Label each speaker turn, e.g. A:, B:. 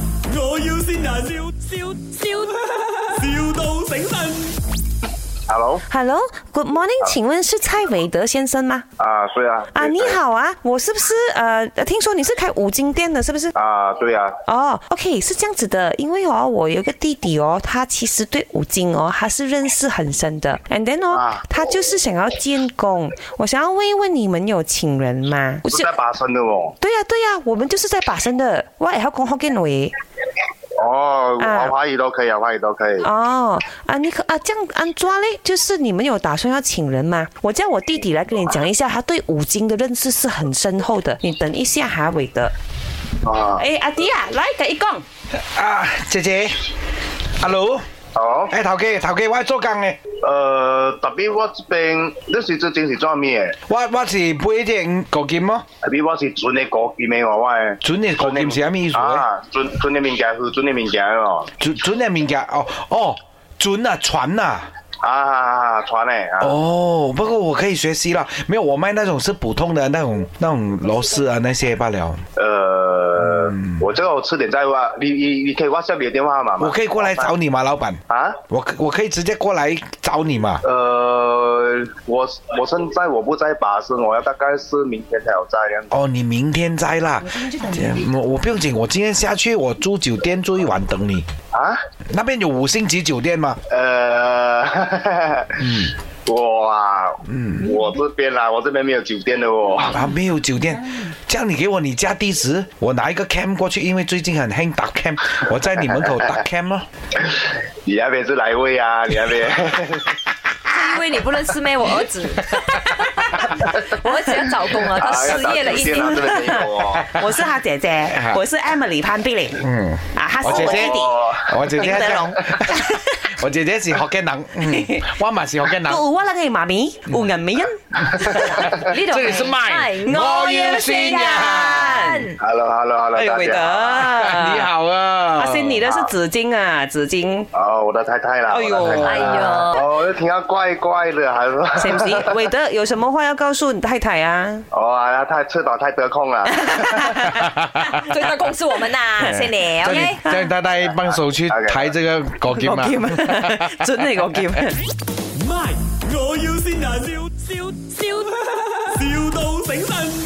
A: 要先人，笑笑笑，,笑到醒神。
B: Hello，
C: Hello，Good morning，请问是蔡伟德先生吗？
B: 啊，对啊，
C: 啊，
B: 对
C: 你
B: 对
C: 好啊，我是不是呃，听说你是开五金店的，是不是？
B: 啊，对啊，
C: 哦、o k 是这样子的，因为哦，我有一个弟弟哦，他其实对五金哦，他是认识很深的，and then 哦，
B: 啊
C: 他就是想要建工，我想要问一问你们有请人吗？不
B: 不是在巴生的哦。
C: 对呀、对呀、我们就是在把生的，我也要讲福建话。
B: 哦，
C: 啊
B: 我华语都可以啊，华语都可以。
C: 哦，啊，你可啊，这样安抓嘞，就是你们有打算要请人吗？我叫我弟弟来跟你讲一下，他对五金的认识是很深厚的。你等一下哈，韦德。
B: 啊，
C: 哎，阿弟啊，来跟一讲。
D: 啊，姐姐，hello，
B: 好，
D: 诶，头家，头家，我係做工嘅，
B: 呃，特別我這邊，你是做正是做咩？
D: 我我是背啲五金哦咯，
B: 特別我是準的高級咩我喂。
D: 準嘅五金是咩意思咧？
B: 啊，準準的物件是準的物件哦。
D: 準準嘅物件，哦哦，準啊，船啊，
B: 啊啊啊，船的啊。
D: 哦，不過我可以學習啦，沒有，我賣那種是普通的那種那種螺絲啊那些罷了，
B: 呃，我這個我遲點再話，你你你可以 WhatsApp 你的電話號碼嗎？
D: 我可以過來找你嘛，老闆，
B: 啊。
D: 我可我可以直接過來找你嘛，
B: 呃，我我现在我不在巴士，我要大概是明天才有在这样子。
D: 哦，你明天再啦，我我不用緊，我今天下去我住酒店住一晚等你，
B: 啊？
D: 那邊有五星級酒店嗎？
B: 呃， 哇，我这边啦，我这边没有酒店的哦。
D: 啊，没有酒店，这样你给我你家地址，我拿一个 cam 过去，因为最近很兴打 cam，我在你门口打 cam 咯。
B: 你那边是哪一位啊？你 那边？
E: 是因为你不认识咩？我儿子，我儿子要找工啊，他
B: 啊，要
E: 失
B: 打
E: 业了
B: 酒
E: 一
B: 店啊，这
E: 年。
B: 边没有哦。
C: 我是他姐姐，我是 Emily 潘碧玲。嗯，啊，他是
D: 我
C: 我
D: 姐
C: 弟
D: 姐
C: 弟。
B: 哦，
D: 我姐姐
C: 林德龍，
D: 我姐姐是福建人，嗯，我嘛是福建人
C: 我。有我那个妈咪，有银美欣。
E: 呢度
D: 这里是麦我要先人。
B: Hello，Hello，Hello，
C: 哎呦，
B: 大
C: 韦德，
B: 家。
D: 你好啊，
C: 阿星，你的是纸巾啊，纸巾。
B: 哦，我的太太啦。
C: 哎呦
B: 我的太太
E: 哎呦，
B: 哦，又听到怪怪的，还是？
C: 是不是？ 韦德有什么话要告诉你太太啊？
B: 哦，啊太吃饱太得空了。
E: 最多公司我们呐，先你
D: 叫你
E: OK。
D: 叫你太太帮手去抬这个狗啊金
C: 哦
D: 嘛。
C: 真系我剑。
A: My，我要先人，笑笑笑，,笑到醒神。